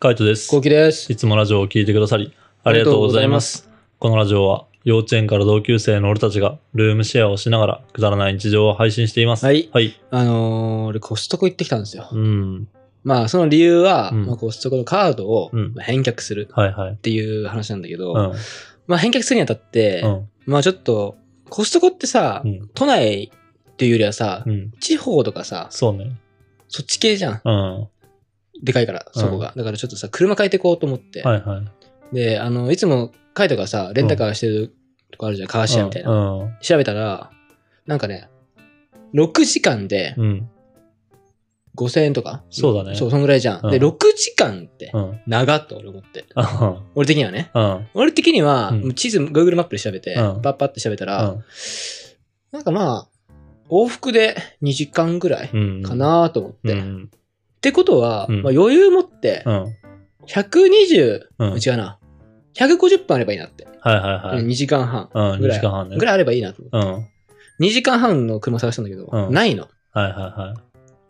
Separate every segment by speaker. Speaker 1: カイトです
Speaker 2: こ。うきです。
Speaker 1: いつもラジオを聞いてくださり、ありがとうございます。このラジオは、幼稚園から同級生の俺たちが、ルームシェアをしながら、くだらない日常を配信しています。
Speaker 2: はい
Speaker 1: はい。
Speaker 2: あのー、俺コストコ行ってきたんですよ。
Speaker 1: うん。
Speaker 2: まあ、その理由は、
Speaker 1: うん
Speaker 2: まあ、コストコのカードを
Speaker 1: うん
Speaker 2: まあ返却するっ
Speaker 1: はいはい。
Speaker 2: ていう話なんだけど、
Speaker 1: うん。
Speaker 2: まあ、返却するにあたって、
Speaker 1: うん。
Speaker 2: まあ、ちょっと、コストコってさ、
Speaker 1: うん
Speaker 2: 都内っていうよりはさ、
Speaker 1: うん。
Speaker 2: 地方とかさ、
Speaker 1: そうね。
Speaker 2: そっち系じゃん。
Speaker 1: うん。は
Speaker 2: でかいから、そこが。だからちょっとさ、車変えていこうと思って。
Speaker 1: いはい。
Speaker 2: で、あの、いつも、カイトがさ、レンタカーしてるとこあるじゃん、カーシェアみたいな。
Speaker 1: うん。うん
Speaker 2: 調べたら、なんかね、6時間で
Speaker 1: うん。
Speaker 2: 5000円とか、
Speaker 1: そうだね
Speaker 2: そう、そんぐらいじゃん。
Speaker 1: うん
Speaker 2: で、6時間って
Speaker 1: う、ん。
Speaker 2: 長っと俺思って。
Speaker 1: うん。
Speaker 2: 俺的にはね。
Speaker 1: うん。
Speaker 2: 俺的には、
Speaker 1: うん
Speaker 2: もう地図、Google マップで調べて、
Speaker 1: うん
Speaker 2: パッパって調べたら、
Speaker 1: う
Speaker 2: なんかまあ、往復で2時間ぐらい
Speaker 1: ん。
Speaker 2: かなと思って。
Speaker 1: う
Speaker 2: っ
Speaker 1: ん。
Speaker 2: てことは、
Speaker 1: うん
Speaker 2: まあ、余裕持って
Speaker 1: う、ん。
Speaker 2: 120、
Speaker 1: うん。はい
Speaker 2: 違うな、150分あればいいなって。
Speaker 1: はいはい。
Speaker 2: 2時間半
Speaker 1: うん。
Speaker 2: ぐ
Speaker 1: 2
Speaker 2: ら
Speaker 1: 時
Speaker 2: い。
Speaker 1: 間半ね。
Speaker 2: ぐらいあればいいなと思って。
Speaker 1: うん。はい
Speaker 2: 2時間半の車探したんだけど、
Speaker 1: うん
Speaker 2: ないの。
Speaker 1: はいは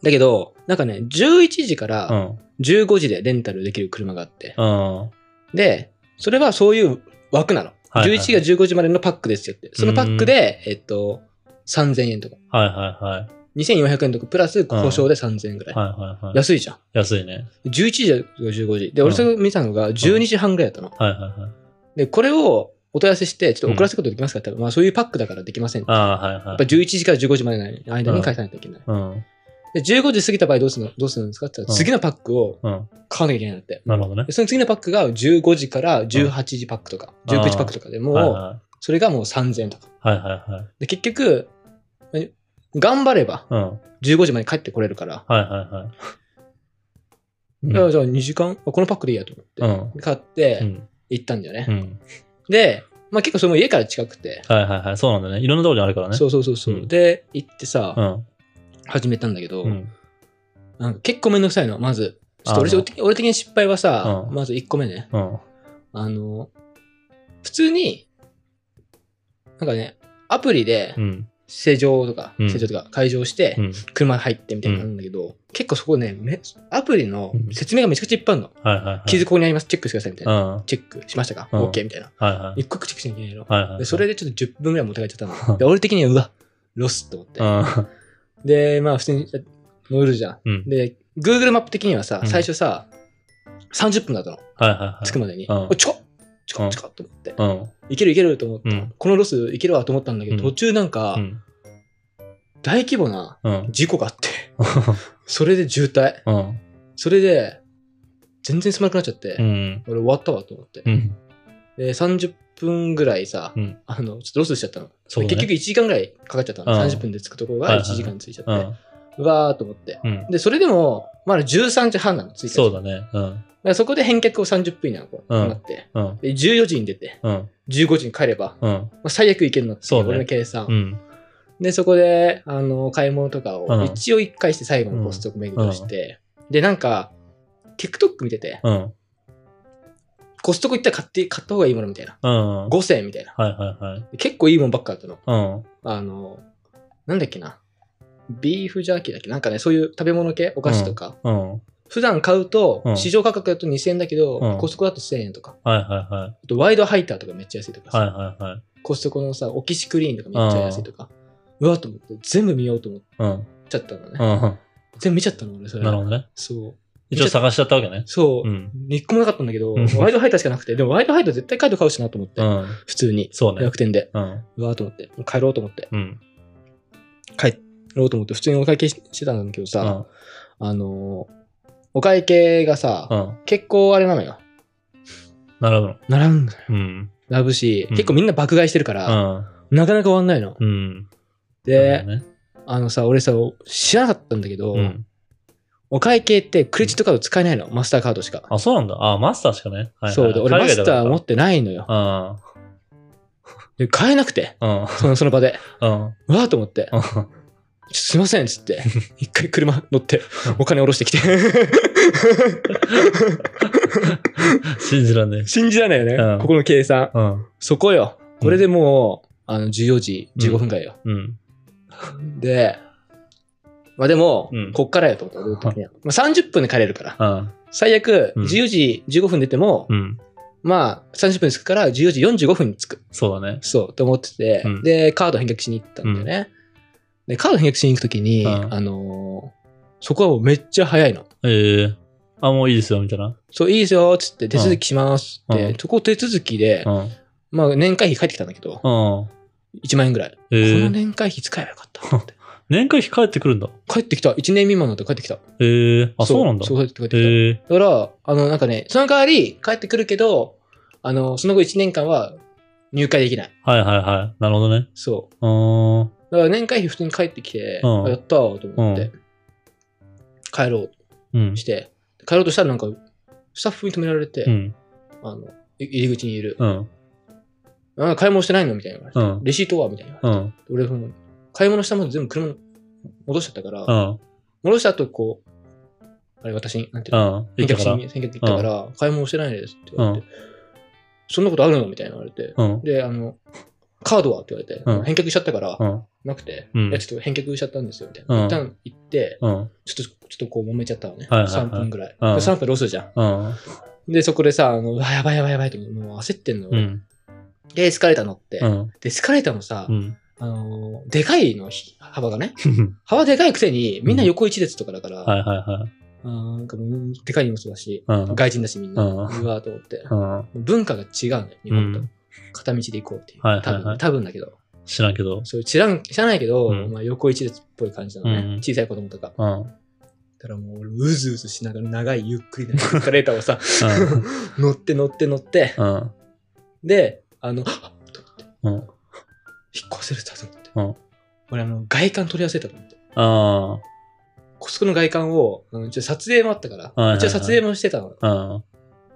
Speaker 2: だけど、なんかね、11時か
Speaker 1: い。う
Speaker 2: ら
Speaker 1: ん。
Speaker 2: 15時でレンタルできる車があって、
Speaker 1: うん。
Speaker 2: で、それはそういう枠なの。
Speaker 1: はいはい
Speaker 2: 11時から15時までのパックですよって。そのパックで、えっと、3000円とか。
Speaker 1: はいはいはい。
Speaker 2: 2400円とか、プラス故障で3000円ぐらい。
Speaker 1: はいはいはい。
Speaker 2: 安いじゃん。
Speaker 1: 安いね。
Speaker 2: 11時とか15時。で、俺
Speaker 1: うん
Speaker 2: それを見たのが12時半ぐらいだったの。
Speaker 1: はいはいはい。
Speaker 2: で、これをお問い合わせして、ちょっと遅らせることできますかって言ったら、まあそういうパックだからできません。やっ
Speaker 1: ああ、はいは
Speaker 2: ぱ
Speaker 1: い。
Speaker 2: 11時から15時までの間に返さないといけない。
Speaker 1: うん。
Speaker 2: で、15時過ぎた場合どうするのどうするんですかって言った
Speaker 1: う
Speaker 2: ら、
Speaker 1: ん
Speaker 2: 次のパックを
Speaker 1: うん。
Speaker 2: 買わなきゃいけないんだって。
Speaker 1: なるほどね
Speaker 2: で。その次のパックが15時から18時パックとか、
Speaker 1: うん
Speaker 2: 19時パックとかでも、
Speaker 1: はいうは
Speaker 2: それがもう3000円とか。
Speaker 1: い。はいはいはい。
Speaker 2: で、結局、え頑張れば
Speaker 1: うん。はい
Speaker 2: 15時まで帰ってこれるから、
Speaker 1: はいはい。
Speaker 2: いやじゃあ2時間、あこのパックでいいやと思って、
Speaker 1: うん。
Speaker 2: 買っ
Speaker 1: う
Speaker 2: て
Speaker 1: ん。
Speaker 2: 行ったんだよね。
Speaker 1: うん。
Speaker 2: で、まあ結構それも家から近くて、
Speaker 1: はいはいはい。そうなんだね。いろんなところにあるからね。。
Speaker 2: そううそうそうそう、
Speaker 1: ん
Speaker 2: で、行ってさ、
Speaker 1: うん。
Speaker 2: 始めたんだけど、
Speaker 1: うん。
Speaker 2: なんか結構めんどくさいの、まず。ちょっと
Speaker 1: あの
Speaker 2: 俺的俺的に失敗はさ、
Speaker 1: うん
Speaker 2: まず1個目ね。
Speaker 1: うん。
Speaker 2: あの、普通に、なんかね、アプリで
Speaker 1: うん。
Speaker 2: 施錠とか、
Speaker 1: うん
Speaker 2: 施錠とか解錠して
Speaker 1: う、ん。
Speaker 2: 車入ってみたいなのなんだけど、結構そこねめ、アプリの説明がめちゃくちゃいっぱいあるの。
Speaker 1: はいはいはい。
Speaker 2: 傷ここにあります、チェックしてくださいみたい
Speaker 1: うん。
Speaker 2: な。
Speaker 1: はい
Speaker 2: チェックしましたか、
Speaker 1: うん
Speaker 2: ?OK みたいな。
Speaker 1: はい。
Speaker 2: 一個一個チェックしなきゃいけないの。
Speaker 1: はいはい。
Speaker 2: でそれ
Speaker 1: で。
Speaker 2: でちょっと10分ぐらい持って帰っちゃったの。で俺的には、うわ、ロスと思って
Speaker 1: う。ん。は
Speaker 2: で、まあ普通に乗るじゃ
Speaker 1: うん
Speaker 2: ん。で、Google マップ的にはさ
Speaker 1: う、ん
Speaker 2: 最初さ、30分だったの。
Speaker 1: いはいはい。
Speaker 2: 着くまでに。
Speaker 1: うん
Speaker 2: おちょこちょ
Speaker 1: う
Speaker 2: こ
Speaker 1: ん
Speaker 2: ちょこっと思って。
Speaker 1: うん。
Speaker 2: いけるいけると思った
Speaker 1: うん
Speaker 2: このロスいけるわと思ったんだけ
Speaker 1: うん
Speaker 2: ど、途中なん
Speaker 1: う
Speaker 2: か、
Speaker 1: ん。
Speaker 2: 大規模な
Speaker 1: うん。
Speaker 2: 事故 があって、それで渋滞。
Speaker 1: うん。
Speaker 2: それで、全然進まなくなっちゃって、
Speaker 1: うん。
Speaker 2: 俺終わったわと思って
Speaker 1: う。ん。
Speaker 2: で、30分ぐらいさ、
Speaker 1: うん
Speaker 2: あの、ちょっとロスしちゃったの。
Speaker 1: そうだね
Speaker 2: 結局1時間ぐらいかかっちゃったの。
Speaker 1: うん
Speaker 2: 30分で着くところ
Speaker 1: はい
Speaker 2: が
Speaker 1: は
Speaker 2: 1
Speaker 1: い
Speaker 2: 時間ついちゃって、
Speaker 1: うん。
Speaker 2: うわーっと思って。
Speaker 1: うん。
Speaker 2: で、それでも、まだ13時半なの、ついて
Speaker 1: そう
Speaker 2: だ
Speaker 1: だね。うん。
Speaker 2: からそこで返却を30分以内のこう
Speaker 1: うん
Speaker 2: なって、
Speaker 1: うん。
Speaker 2: で、14時に出て、
Speaker 1: うん。
Speaker 2: 15時に帰れば、
Speaker 1: うん。
Speaker 2: まあ、最悪いけるのってい
Speaker 1: そうね
Speaker 2: 俺の計算。
Speaker 1: うん。
Speaker 2: で、そこで、あの、買い物とか
Speaker 1: うん
Speaker 2: を、一応一回して最後のコストコ巡りをして、で、なんか、TikTok 見てて、
Speaker 1: うん。
Speaker 2: コストコ行ったら買って、買った方がいいものみたいな。
Speaker 1: うん。はい
Speaker 2: 5000円みたいな。
Speaker 1: はいはい。
Speaker 2: で結構いいもんばっかだったの。
Speaker 1: うん。
Speaker 2: あの、なんだっけな。ビーフジャーキーだっけなんかね、そういう食べ物系、お菓子とか。
Speaker 1: うん。はい
Speaker 2: 普段買うと
Speaker 1: う、ん
Speaker 2: 市場価格だと2000円だけど、
Speaker 1: うん
Speaker 2: コストコだと1000円とか。
Speaker 1: はいはい。
Speaker 2: あと、ワイドハイターとかめっちゃ安いとかさ、
Speaker 1: はいはいはい。
Speaker 2: コストコのさ、オキシクリーンとかめっちゃ安いとか。うわっと思って、全部見ようと思っ
Speaker 1: うん。
Speaker 2: ちゃったのね。
Speaker 1: うん。
Speaker 2: 全部見ちゃったの、俺、そ れ。
Speaker 1: なるほどね。
Speaker 2: そう。
Speaker 1: 一応探しちゃったわけね。
Speaker 2: そう。
Speaker 1: うん
Speaker 2: 一個もなかったんだけど、
Speaker 1: うん
Speaker 2: ワイドハイターしかなくて、でもワイドハイター絶対カイト買うしなと思って、
Speaker 1: うん。
Speaker 2: 普通に。
Speaker 1: そうね。
Speaker 2: 楽天で。
Speaker 1: うん。
Speaker 2: うわーと思って、もう帰ろうと思って、
Speaker 1: うん。
Speaker 2: 帰ろうと思って、普通にお会計ししてたんだけど
Speaker 1: う
Speaker 2: さ、
Speaker 1: ん。
Speaker 2: あのーお会計がさ、
Speaker 1: うん。
Speaker 2: 結構あれなのよ。
Speaker 1: なるほど。
Speaker 2: 並ぶんだよ。
Speaker 1: うん。
Speaker 2: 並ぶし、
Speaker 1: うん
Speaker 2: 結構みんな爆買いしてるか
Speaker 1: う
Speaker 2: ら、
Speaker 1: ん。
Speaker 2: なかなか終わんないの。
Speaker 1: うん。なる
Speaker 2: で
Speaker 1: ほ、どね
Speaker 2: あのさ、俺さ、知らなかったんだけど、
Speaker 1: うん。
Speaker 2: お会計ってクレジットカード使えないの。マスターカードしか。
Speaker 1: あ、そうなんだ。あ、マスターしかね。はいはい
Speaker 2: そうで、俺マスター持
Speaker 1: 海外だ
Speaker 2: ってないのよ
Speaker 1: か。ら
Speaker 2: で、買えなくて、
Speaker 1: うん。うん。
Speaker 2: そのその 場で。
Speaker 1: うん。
Speaker 2: うわーと思って、
Speaker 1: うん
Speaker 2: ちょすいませんっつ って、一回車乗って、お金下ろしてきて。
Speaker 1: 信じらんねえ。
Speaker 2: 信じられないよね、
Speaker 1: うん
Speaker 2: ここの計算。
Speaker 1: うん。
Speaker 2: そこよ。これでもう、あの、14時15分ぐらいよ。
Speaker 1: うん。
Speaker 2: で、まあでも、
Speaker 1: うん
Speaker 2: こっからやと思った、俺の時にはまあ30分で帰れるから。
Speaker 1: うん。
Speaker 2: 最悪、
Speaker 1: うん
Speaker 2: 14時15分出ても、
Speaker 1: うん。
Speaker 2: まあ、30分着くから14時45分に着く。
Speaker 1: そうだね。
Speaker 2: そう、と思ってて、
Speaker 1: うん
Speaker 2: で、カード返却しに行ったんだよね。で、カード返却しに行くときに、
Speaker 1: うん
Speaker 2: あのーそこはもうめっちゃ早いの。
Speaker 1: ええあ、もういいですよ、みたいな。
Speaker 2: そう、いいですよ、つって手続きしますって、
Speaker 1: うん
Speaker 2: そこ手続きで、
Speaker 1: うん。
Speaker 2: まあ、年会費返ってきたんだけど、
Speaker 1: うん。
Speaker 2: 1万円ぐらい。
Speaker 1: ええ
Speaker 2: この年会費使えばよかったと思って。
Speaker 1: 年会費返ってくるんだ。
Speaker 2: 帰ってきた。1年未満になって帰ってきた。
Speaker 1: ええあ、そうなんだ。
Speaker 2: そう、帰ってきた。
Speaker 1: ええ
Speaker 2: だから、あの、なんかね、その代わり帰ってくるけど、あの、その後1年間は入会できない。
Speaker 1: はいはいはい。なるほどね。
Speaker 2: そう
Speaker 1: ーん。
Speaker 2: う。だから年会費普通に帰ってきて、
Speaker 1: うん
Speaker 2: あやったーと思って、
Speaker 1: う
Speaker 2: 帰ろう
Speaker 1: うん
Speaker 2: とし。て、帰ろうとしたらなんか、スタッフに止められて、
Speaker 1: うん。
Speaker 2: あの、い入り口にいる。
Speaker 1: うん。
Speaker 2: あ買い物してないのみたいな言われて、
Speaker 1: うん
Speaker 2: レシートはみたいな。
Speaker 1: うん。
Speaker 2: 俺、その買い物したもの全部車に戻しちゃったから、
Speaker 1: うん。戻
Speaker 2: 戻した後、こう、あれ私に、なんていう
Speaker 1: う
Speaker 2: の、
Speaker 1: ん。行った
Speaker 2: 返却
Speaker 1: か
Speaker 2: し
Speaker 1: ら。
Speaker 2: に、返却行ったから、買い物してないですって言われて、そんなことあるのみたいな言われて、
Speaker 1: うん。
Speaker 2: で、あの、カードはって言われて、
Speaker 1: うん
Speaker 2: 返却しちゃったから、
Speaker 1: うん。
Speaker 2: なくて、
Speaker 1: うん
Speaker 2: いや、ちょっと返却しちゃったんですよ、みたい
Speaker 1: う
Speaker 2: な。
Speaker 1: ん
Speaker 2: 一旦行って、
Speaker 1: うん。
Speaker 2: ちょっと、ちょっとこう揉めちゃったのね。
Speaker 1: はいはいはい
Speaker 2: 3分ぐらい。
Speaker 1: うん
Speaker 2: 3分ロスじゃ
Speaker 1: うん。
Speaker 2: ん。で、そこでさ、あの、うわやばいやばいやばいと思って、もう焦ってんの。
Speaker 1: うん。
Speaker 2: で、エスカレーター乗って、
Speaker 1: うん。
Speaker 2: で、エスカレーターもさ、
Speaker 1: うん。
Speaker 2: あのー、でかいの、ひ幅がね。幅でかいくせに、みんな横一列とかだから、
Speaker 1: はいはいはい。
Speaker 2: あーなんかもう、でかい荷物だし、
Speaker 1: うん。
Speaker 2: 外人だしみんな、
Speaker 1: う
Speaker 2: うんわーと思って。
Speaker 1: うん。
Speaker 2: 文化が違うのよ、日本と。
Speaker 1: うん
Speaker 2: 片道で行こうっていう。
Speaker 1: はいはい
Speaker 2: 多
Speaker 1: はい
Speaker 2: 分ね、多分だけど。
Speaker 1: 知らんけど。
Speaker 2: そういう知らん、知らないけど、
Speaker 1: うん
Speaker 2: まあ横一列っぽい感じなのね。
Speaker 1: うん
Speaker 2: 小さい子供とか。だ
Speaker 1: うん。うん。
Speaker 2: からもう俺、うずうずしながら長いゆっくりなエスカレーターをさ、 乗って乗って乗って、
Speaker 1: うん。
Speaker 2: で、あの、あっと思って、
Speaker 1: うん。
Speaker 2: 引っ越せるだと思って。
Speaker 1: うん
Speaker 2: 俺、あの、外観取り忘れたと思って。
Speaker 1: あ
Speaker 2: コスコの外観を、あの一応撮影もあったから、
Speaker 1: いはいはい
Speaker 2: 一応撮影もしてたの。
Speaker 1: あ。うん。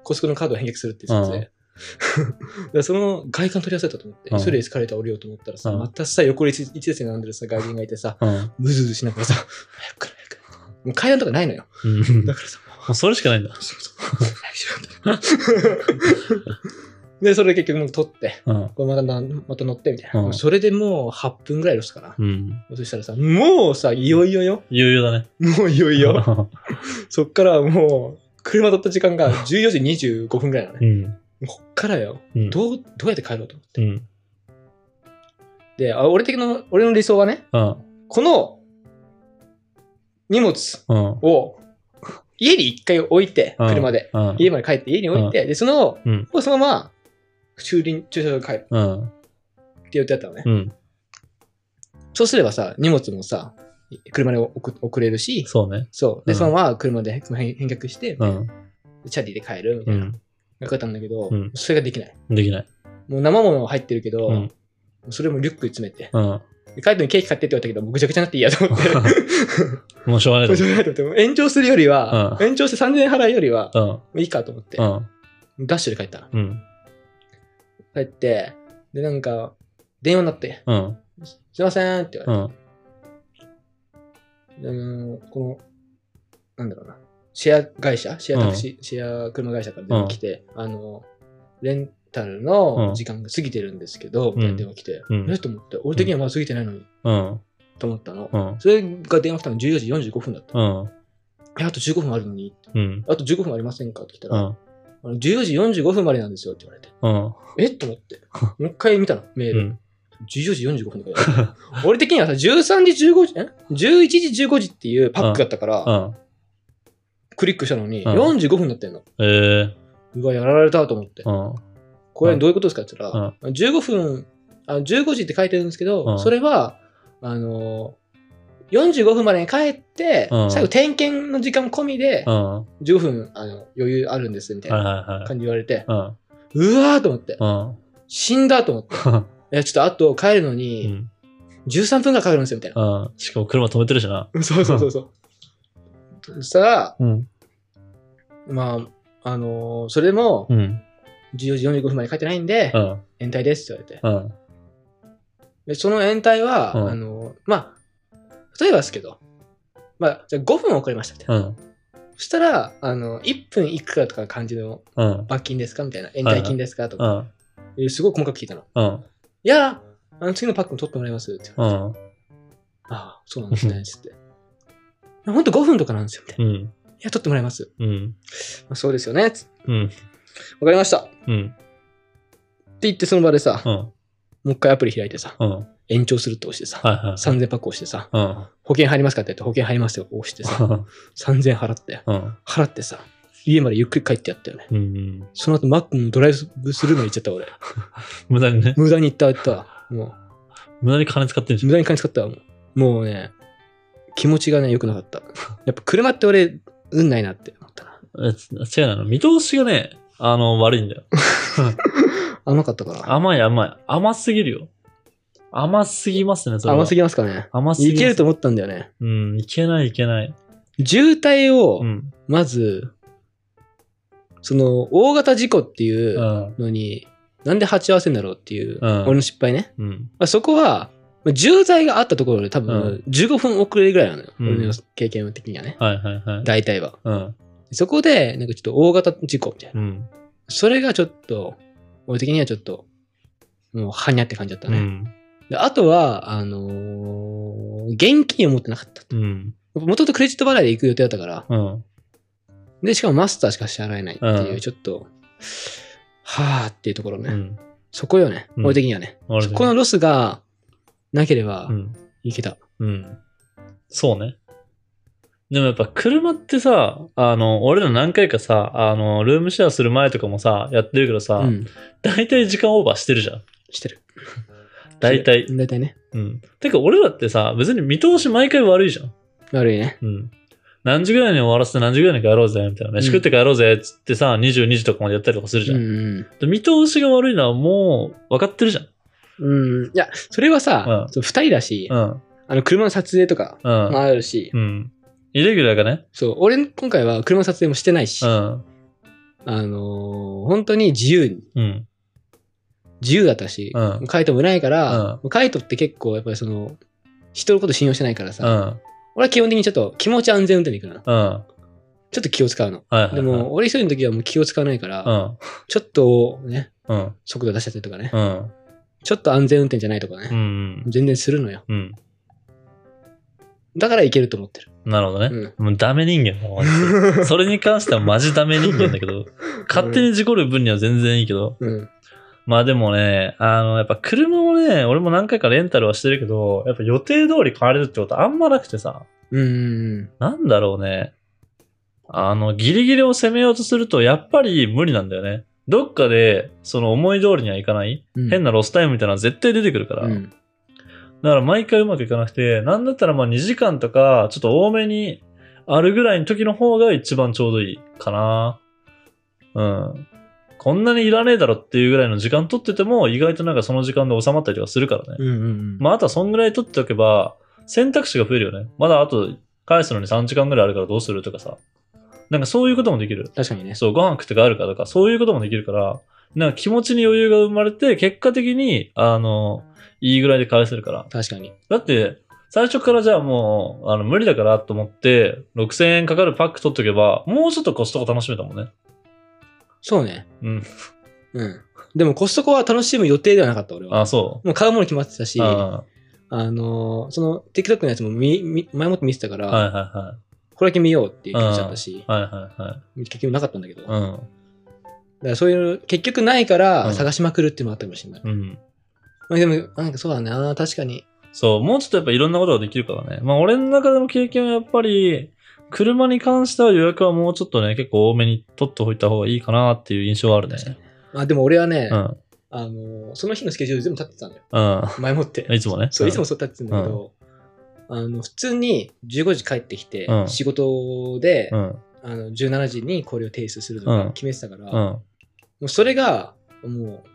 Speaker 2: コスコのカードを返却するっていう撮影。
Speaker 1: うん
Speaker 2: だからその外観取り忘れたと思って、
Speaker 1: うん
Speaker 2: それでエスカレーター降りようと思ったらさ、
Speaker 1: うん
Speaker 2: またさ、横一一列に並んでるさ、外人がいてさ、
Speaker 1: うん。
Speaker 2: むずうずしながらさ、早くから早く。もう階段とかないのよ。
Speaker 1: うん。
Speaker 2: だ
Speaker 1: も
Speaker 2: からさ、も
Speaker 1: うそれしかないんだ。
Speaker 2: うそう そう。早くしろみたいなで、それで結局もう取って、
Speaker 1: うん。
Speaker 2: これまたなまた乗ってみたいな。
Speaker 1: うん
Speaker 2: もうそれでもう8分ぐらいロスかな。
Speaker 1: うん。
Speaker 2: そしたらさ、もうさ、いよいよよ。
Speaker 1: 有用だね。
Speaker 2: もういよい
Speaker 1: い
Speaker 2: よ。 そっからもう、車取った時間が14時25分ぐらいなの
Speaker 1: う
Speaker 2: ね。
Speaker 1: ん。
Speaker 2: こっからよ。
Speaker 1: うん。
Speaker 2: どう、どうやって帰ろうと思って。
Speaker 1: うん。
Speaker 2: で、あ俺的の、俺の理想はね、
Speaker 1: うん。
Speaker 2: この荷物
Speaker 1: うん。
Speaker 2: を家に一回置いて、車で。
Speaker 1: うん。
Speaker 2: 家まで帰って家に置いて、で、その、
Speaker 1: うん。
Speaker 2: そのまま、駐輪、駐車場に帰る
Speaker 1: うん。
Speaker 2: って予定だったのね。
Speaker 1: うん。
Speaker 2: そうすればさ、荷物もさ、車で送送れるし、
Speaker 1: そうね。
Speaker 2: そう。で、
Speaker 1: うん
Speaker 2: そのまま車で返返却して
Speaker 1: う、ん。
Speaker 2: チャリで帰るみた
Speaker 1: う
Speaker 2: いな。
Speaker 1: ん。
Speaker 2: よかったんだけど
Speaker 1: うん、
Speaker 2: それができない。
Speaker 1: できない。
Speaker 2: もう生物入ってるけ
Speaker 1: う
Speaker 2: ど
Speaker 1: ん、
Speaker 2: それもリュックに詰めて。
Speaker 1: うん。
Speaker 2: でカイトにケーキ買ってって言われたけど、もうぐちゃぐちゃになっていいやと思って。
Speaker 1: もうしょうがない
Speaker 2: も
Speaker 1: だ
Speaker 2: うし
Speaker 1: ろ
Speaker 2: ょうがないと思ってもう延長するよりは、
Speaker 1: う
Speaker 2: 延長して3000円払うよりは、も
Speaker 1: う
Speaker 2: ういいかと思って、
Speaker 1: ん。うん。
Speaker 2: ダッシュで帰ったの。
Speaker 1: うん。
Speaker 2: 帰って、で、なんか、電話になって、
Speaker 1: うん。
Speaker 2: すいませんって言われて
Speaker 1: う。ん。
Speaker 2: うん、この、なんだろうな、シェア会社シェアタクシー、シェア車会社から電話来て、あの、レンタル
Speaker 1: う
Speaker 2: の
Speaker 1: ん
Speaker 2: 時間が過ぎてるんですけど、みたいな電話来て、
Speaker 1: うん
Speaker 2: えっと思って、俺的にはまだ過ぎてないのに、
Speaker 1: うん。
Speaker 2: と思ったの。
Speaker 1: うん。
Speaker 2: それが電話来たの14時45分だった。
Speaker 1: うん。
Speaker 2: え、あと15分あるのに、
Speaker 1: うん。
Speaker 2: あと15分ありませんかって来た
Speaker 1: う
Speaker 2: ら、
Speaker 1: ん。
Speaker 2: あの14時45分までなんですよって言われて、
Speaker 1: うん。
Speaker 2: えっと思って、もう一回 見たの、メー
Speaker 1: う
Speaker 2: ル。
Speaker 1: ん。
Speaker 2: 14時45分だから。俺的にはさ、13時15時、え ?11 時15時っていうパックだったから、
Speaker 1: うん。
Speaker 2: クリックしたのに、
Speaker 1: うん
Speaker 2: 45分になってんの。
Speaker 1: ええ。
Speaker 2: うわ、やられたと思って
Speaker 1: う。ん。
Speaker 2: これどういうことですかって言ったら、15分あ、15時って書いてるんですけど、
Speaker 1: うん
Speaker 2: それは、あのー、45分までに帰って、
Speaker 1: うん
Speaker 2: 最後点検の時間込みで
Speaker 1: う、ん。
Speaker 2: 15分あの余裕あるんです、みたい
Speaker 1: はい
Speaker 2: な
Speaker 1: はいはい。
Speaker 2: 感じ言われて、
Speaker 1: うん。
Speaker 2: うわーと思って、
Speaker 1: うん。
Speaker 2: 死んだと 思って、いや、ちょっとあと帰るのに、13分がかかるんですよ、みたいな。
Speaker 1: うん。しかも車止めてるしな。
Speaker 2: そうそうそうそう。そしたら、
Speaker 1: うん。
Speaker 2: まあ、あのーそれでも、
Speaker 1: うん。
Speaker 2: 14時45分まで帰ってないんで
Speaker 1: う、ん。
Speaker 2: 延滞ですって言われて。
Speaker 1: うん。
Speaker 2: で、その延滞は、
Speaker 1: うん
Speaker 2: あの、まあ、例えばですけど、まあ、じゃあ5分遅れましたみたいな。
Speaker 1: うん。
Speaker 2: そしたら、あの、1分いくらとか感じの
Speaker 1: うん。
Speaker 2: 罰金ですかみたいな。延滞金ですかと
Speaker 1: う
Speaker 2: か、
Speaker 1: ん。
Speaker 2: えすごい細かく聞いたの。
Speaker 1: うん。
Speaker 2: いや、あの、次のパックも取ってもらいますって。
Speaker 1: うん。
Speaker 2: ああ、そうなんですね。つって。ほんと5分とかなんですよ。みたいな
Speaker 1: うん。
Speaker 2: や、取ってもらいます。
Speaker 1: うん。
Speaker 2: まあ、そうですよね。つ
Speaker 1: うん。
Speaker 2: わかりました。って
Speaker 1: うん。
Speaker 2: 言ってその場でさ、
Speaker 1: うん。
Speaker 2: もう一回アプリ開いてさ、
Speaker 1: うん。
Speaker 2: 延長するって押してさ、
Speaker 1: はいはい。
Speaker 2: 3000パック押してさ、
Speaker 1: うん。
Speaker 2: 保険入りますかって言って保険入りますよ押してさ、3000払って、
Speaker 1: うん。
Speaker 2: 払ってさ、家までゆっくり帰ってやったよね。
Speaker 1: うん。
Speaker 2: その後マックのドライブスルーまで行っちゃった俺。
Speaker 1: 無駄にね。
Speaker 2: 無駄に行った、行ったわ。もう。
Speaker 1: 無駄に金使ってるじ
Speaker 2: 無駄に金使ったわもうもうね気持ちがね良くなかったやっぱ車って俺運ないなって思ったな
Speaker 1: ゃん。え違うなの。見通しがね、あの、悪いんだよ。
Speaker 2: 甘かったかな
Speaker 1: 甘い甘い。甘すぎるよ。甘すぎますね、それは。
Speaker 2: 甘すぎますかね
Speaker 1: 甘すぎま
Speaker 2: い
Speaker 1: す。
Speaker 2: けると思ったんだよね
Speaker 1: うん、いけないいけない。
Speaker 2: 渋滞を
Speaker 1: うん。。
Speaker 2: まず、その大型事故っていううんのに、なんで鉢合わせんだろうっていう、
Speaker 1: うん
Speaker 2: 俺の失敗ね、
Speaker 1: うん。
Speaker 2: まあ、そこはまあ渋滞があったところで多分15分遅れるぐらいなのよ、
Speaker 1: うん
Speaker 2: 俺の経験的にはね
Speaker 1: はいはいはい。
Speaker 2: 大体は
Speaker 1: うん。
Speaker 2: そこでなんかちょっと大型事故みたいな
Speaker 1: うん。
Speaker 2: それがちょっと、俺的にはちょっと、もう、はにゃって感じだった
Speaker 1: う
Speaker 2: ね。
Speaker 1: ん。
Speaker 2: であとは、あのー現金を持ってなかった。
Speaker 1: うん。
Speaker 2: もともとクレジット払いで行く予定だったから、
Speaker 1: うん。
Speaker 2: で、しかもマスターしか支払えないっていう、
Speaker 1: うん
Speaker 2: ちょっと、はぁっていうところね。
Speaker 1: うん。
Speaker 2: そこよね、
Speaker 1: うん
Speaker 2: 俺的にはね。
Speaker 1: 俺
Speaker 2: そこのロスがなければ
Speaker 1: うん。
Speaker 2: いけた。
Speaker 1: うん。そうね。でもやっぱ車ってさ、あの、俺ら何回かさ、あの、ルームシェアする前とかもさ、やってるけど
Speaker 2: う
Speaker 1: さ、
Speaker 2: ん。
Speaker 1: 大体時間オーバーしてるじゃん。
Speaker 2: してる。
Speaker 1: 大体。
Speaker 2: 大体ね。
Speaker 1: うん。てか俺らってさ、別に見通し毎回悪いじゃん。
Speaker 2: 悪いね。
Speaker 1: うん。何時ぐらいに終わらせて何時ぐらいに帰ろうぜ、みたいなね。
Speaker 2: うん
Speaker 1: 飯食って帰ろうぜ、つってさ、22時とかまでやったりとかするじ
Speaker 2: う
Speaker 1: ゃん。
Speaker 2: ん。
Speaker 1: で見通しが悪いのはもう分かってるじゃん。
Speaker 2: うん。いや、それはさ、
Speaker 1: うん
Speaker 2: そう二人だし、
Speaker 1: うん。
Speaker 2: あの、車の撮影とか
Speaker 1: うん。
Speaker 2: もあるし、
Speaker 1: うん。イレギュラーがね。
Speaker 2: そう、俺、今回は車の撮影もしてないし、
Speaker 1: うん。
Speaker 2: あのー本当に自由に、
Speaker 1: うん。
Speaker 2: 自由だったし、
Speaker 1: うん
Speaker 2: カイトもいないから
Speaker 1: う、
Speaker 2: カイトって結構やっぱりその、人のこと信用してないから
Speaker 1: う
Speaker 2: さ、
Speaker 1: ん。
Speaker 2: 俺は基本的にちょっと気持ち安全運転で行くの。
Speaker 1: うん。は
Speaker 2: ちょっと気を使うの。
Speaker 1: いはいはい。
Speaker 2: でも、俺一人の時はもう気を使わないから、
Speaker 1: うん。
Speaker 2: ちょっとね、
Speaker 1: うん。
Speaker 2: 速度出しちゃったりとかね、
Speaker 1: うん。
Speaker 2: ちょっと安全運転じゃないとか
Speaker 1: う
Speaker 2: ね、
Speaker 1: ん。
Speaker 2: 全然するのよ。
Speaker 1: うん。
Speaker 2: だからいけると思ってる。
Speaker 1: なるほどね。
Speaker 2: うん。
Speaker 1: もうダメ人間だマジでそれに関してはマジダメ人間だけ ど、勝手に事故る分には全然いいけど、
Speaker 2: うん。
Speaker 1: まあでもね、あの、やっぱ車もね、俺も何回かレンタルはしてるけど、やっぱ予定通り買われるってことあんまなくてさ、
Speaker 2: うんうん
Speaker 1: なんだろうね。あの、ギリギリを攻めようとすると、やっぱり無理なんだよね。どっかで、その思い通りにはいかない、
Speaker 2: うん。
Speaker 1: 変なロスタイムみたいなのは絶対出てくるから、
Speaker 2: うん。
Speaker 1: だから毎回うまくいかなくて、なんだったらまあ2時間とか、ちょっと多めにあるぐらいの時の方が一番ちょうどいいかな。うん。こんなにいらねえだろっていうぐらいの時間取ってても、意外となんかその時間で収まったりとかするからね。
Speaker 2: うんうんうん。
Speaker 1: まああとはそんぐらい取っておけば、選択肢が増えるよね。まだあと返すのに3時間ぐらいあるからどうするとかさ。なんかそういうこともできる。
Speaker 2: 確かにね。
Speaker 1: そう、ご飯食って帰るかとか、そういうこともできるから、なんか気持ちに余裕が生まれて、結果的に、あの、いいぐらいで返せるから。
Speaker 2: 確かに。
Speaker 1: だって、最初からじゃあもう、あの、無理だからと思って、6000円かかるパック取っとけば、もうちょっとコストコ楽しめたもんね。
Speaker 2: そうね。
Speaker 1: うん。
Speaker 2: うん。でもコストコは楽しむ予定ではなかった、俺は。
Speaker 1: あ、そ
Speaker 2: もう買うもの決まってたし、
Speaker 1: う。
Speaker 2: あ
Speaker 1: あ
Speaker 2: のーその TikTok のやつも見見前もって見てたから、
Speaker 1: あはいは
Speaker 2: これだけ見ようっていう気持ちだったし
Speaker 1: い、はい。はいはいはい。
Speaker 2: 結局なかったんだけど、だか
Speaker 1: うん。
Speaker 2: らそういう、結局ないか
Speaker 1: うん
Speaker 2: ら探しまくるっていうのもあったかもしれない。
Speaker 1: うん。
Speaker 2: まあ、でも、なんかそうだな、確かに。
Speaker 1: そう、もうちょっとやっぱいろんなことができるからね。まあ俺の中での経験はやっぱり、車に関しては予約はもうちょっとね、結構多めに取っておいた方がいいかなっていう印象はあるね。
Speaker 2: あでも俺はね、
Speaker 1: うん。
Speaker 2: あのーその日のスケジュール全部立ってたんだよ。
Speaker 1: うん。
Speaker 2: 前もって。
Speaker 1: いつも ね。
Speaker 2: そう、いつも
Speaker 1: ん
Speaker 2: そう立ってたんだけど、あの普通に15時帰ってきて、
Speaker 1: うん
Speaker 2: 仕事で、
Speaker 1: うん。
Speaker 2: あの17時にこれを提出するとか決めてたから、
Speaker 1: う
Speaker 2: も
Speaker 1: ん。
Speaker 2: うそれが、もう、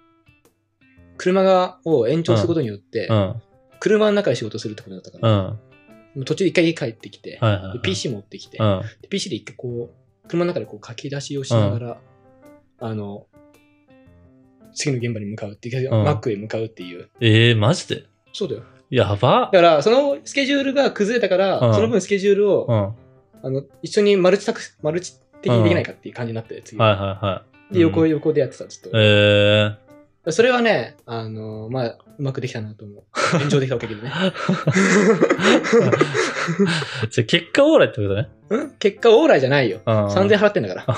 Speaker 2: 車がを延長することによって、
Speaker 1: うん。
Speaker 2: 車の中で仕事するってことだったか
Speaker 1: う
Speaker 2: ら、
Speaker 1: ん。はい
Speaker 2: もう途中で一回家帰ってきて、
Speaker 1: はいはい
Speaker 2: で。PC 持ってきて、
Speaker 1: うん。
Speaker 2: で PC で一回こう、車の中でこう書き出しをしながら、あの、次の現場に向かうっていう、
Speaker 1: うん
Speaker 2: マックへ向かうっていう。
Speaker 1: ええー、マジで
Speaker 2: そうだよ。
Speaker 1: やば
Speaker 2: だから、そのスケジュールが崩れたから、
Speaker 1: うん
Speaker 2: その分スケジュールを、
Speaker 1: うん。
Speaker 2: あの一緒にマルチタクス、マルチ的にできないかっていう感じになって、次。
Speaker 1: はいはいはい。
Speaker 2: で、横、
Speaker 1: うん
Speaker 2: 横でやってた、ずっと。
Speaker 1: え
Speaker 2: それはね、あのまあ、うまくできたなと思う。炎上できたわけだけどね。
Speaker 1: じゃあ結果オーライってことね。
Speaker 2: ん結果、オーライじゃないよ。
Speaker 1: うん
Speaker 2: 3000円払ってんだから。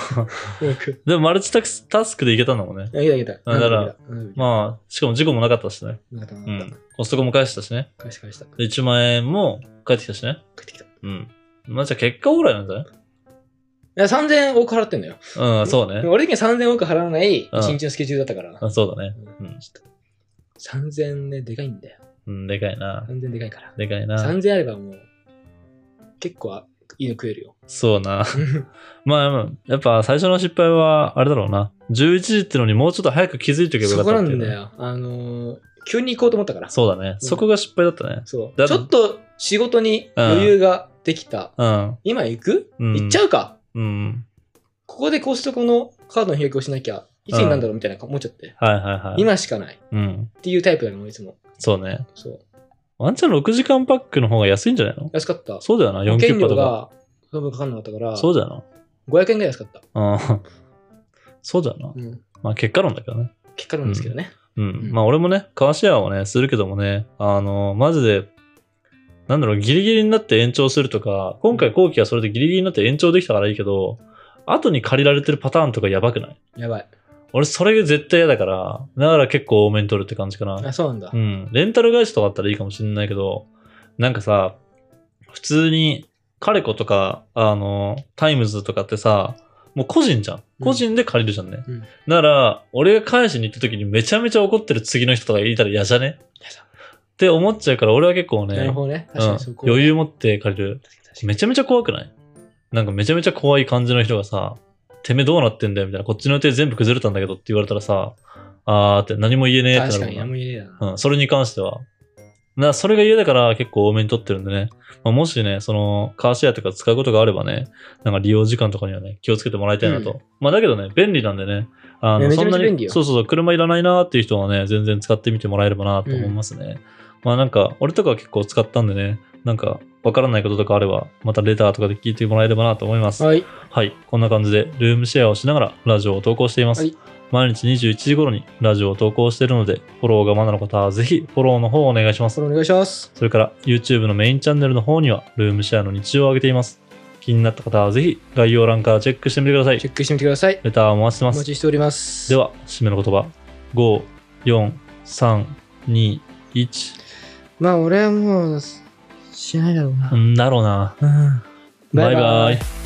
Speaker 2: よく。
Speaker 1: でもマルチタクスタスクでいけたんだもんね。
Speaker 2: あいけたいけた。
Speaker 1: あだから
Speaker 2: うん、
Speaker 1: まあ、しかも事故もなかったしね。
Speaker 2: なんかな
Speaker 1: う
Speaker 2: かった
Speaker 1: ん。コストコも返したしね。
Speaker 2: 返した返した。
Speaker 1: で1万円も返ってきたしね。
Speaker 2: 帰ってきた。い
Speaker 1: うん。まあじゃあ結果オーライなんじゃない
Speaker 2: や、3000円多く払ってんだよ。
Speaker 1: うん、そうね。
Speaker 2: 俺的には3000円多く払わない
Speaker 1: うん
Speaker 2: 一日のスケジュールだったから。
Speaker 1: あそうだね。
Speaker 2: うんちょっと3000円ね、でかいんだよ。
Speaker 1: うん、でかいな。
Speaker 2: 3000円でかいから。
Speaker 1: でかいな。
Speaker 2: 3000円あればもう、結構あいいの食えるよ。
Speaker 1: そうな。 まあまあ、やっぱ最初の失敗は、あれだろうな。11時ってのにもうちょっと早く気づいとけばよか
Speaker 2: そ
Speaker 1: った
Speaker 2: こな
Speaker 1: っていうんね
Speaker 2: だ。よ。あのー急に行こうと思ったから。
Speaker 1: そうだね。そこが失敗だったね。
Speaker 2: そう。
Speaker 1: だ
Speaker 2: ちょっと仕事に余裕ができた。
Speaker 1: うん。
Speaker 2: 今行く、
Speaker 1: うん
Speaker 2: 行っちゃうか。
Speaker 1: うん。
Speaker 2: ここでコストコのカードの表記をしなきゃ、いつになるんだろうみたいな思っちゃって。
Speaker 1: はいはいはい。
Speaker 2: 今しかない。
Speaker 1: うん。
Speaker 2: っていうタイプだよ、いつも。
Speaker 1: そうね。
Speaker 2: そう。
Speaker 1: ワンチャン6時間パックの方が安いんじゃないの
Speaker 2: 安かった。
Speaker 1: そうだよな、4キュ
Speaker 2: 券
Speaker 1: ッパ
Speaker 2: 料
Speaker 1: とか。
Speaker 2: が、その分かかんなかったから、
Speaker 1: そうだよ
Speaker 2: 500円ぐらい安かった。
Speaker 1: な。うん。 そうだよな
Speaker 2: う。ん。
Speaker 1: まあ結果論だけどね。
Speaker 2: 結果なんですけどね。
Speaker 1: うん。
Speaker 2: ん
Speaker 1: まあ俺もね、カーシェアをね、するけどもね、あの、マジで、なんだろう、ギリギリになって延長するとか、今回後期はそれでギリギリになって延長できたからいいけど、後に借りられてるパターンとかやばくない
Speaker 2: やばい。
Speaker 1: 俺それ絶対嫌だから、だから結構多めに取るって感じかな。
Speaker 2: あ、そうなんだ
Speaker 1: う。ん。レンタル会社とかだったらいいかもしれないけど、なんかさ、普通に、カレコとか、あの、タイムズとかってさ、もう個人じゃん。個人で借りるじゃんね。
Speaker 2: うん
Speaker 1: なら、俺が返しに行った時にめちゃめちゃ怒ってる次の人とかいたら嫌じゃね
Speaker 2: やだ
Speaker 1: って思っちゃうから、俺は結構ね、
Speaker 2: なるほどね。
Speaker 1: う
Speaker 2: 確か
Speaker 1: ん
Speaker 2: にそこ。
Speaker 1: 余裕持って借りる。
Speaker 2: 確かに確かに
Speaker 1: めちゃめちゃ怖くないなんかめちゃめちゃ怖い感じの人がさ、てめえどうなってんだよみたいな、こっちの予定全部崩れたんだけどって言われたらさ、あーって何も言えねえってなるもん
Speaker 2: 確かに、
Speaker 1: な
Speaker 2: 何も言えねえな。
Speaker 1: うん、それに関しては。な、それが嫌だから結構多めに取ってるんでね。まあ、もしね、その、カーシェアとか使うことがあればね、なんか利用時間とかにはね、気をつけてもらいたいなと。
Speaker 2: うん
Speaker 1: まあだけどね、便利なんでね、あ
Speaker 2: ね
Speaker 1: の、
Speaker 2: めち
Speaker 1: そ
Speaker 2: ゃ
Speaker 1: ん
Speaker 2: めちゃ
Speaker 1: な
Speaker 2: 便利
Speaker 1: に、
Speaker 2: よ
Speaker 1: そうそうそう、車いらないなーっていう人はね、全然使ってみてもらえればなと思いますね。まあなんか、俺とかは結構使ったんでね、なんか、わからないこととかあれば、またレターとかで聞いてもらえればなと思います。
Speaker 2: はい。
Speaker 1: はい、こんな感じでルームシェアをしながらラジオを投稿しています。
Speaker 2: はい
Speaker 1: 毎日21時頃にラジオを投稿しているので、フォローがまだの方はぜひフォローの方をお願いします
Speaker 2: そ。れお願いします。
Speaker 1: それから YouTube のメインチャンネルの方にはルームシェアの日常を上げています。気になった方はぜひ概要欄からチェックしてみてください
Speaker 2: チ。ェックしてみてください。
Speaker 1: レターを回してま
Speaker 2: お
Speaker 1: す
Speaker 2: 待。ちしております。
Speaker 1: で。は、締めの言葉。5、4、3、2、1。
Speaker 2: まあ、俺はもう、しないだろうな。
Speaker 1: うんだろうな。
Speaker 2: うん
Speaker 1: バイバイ。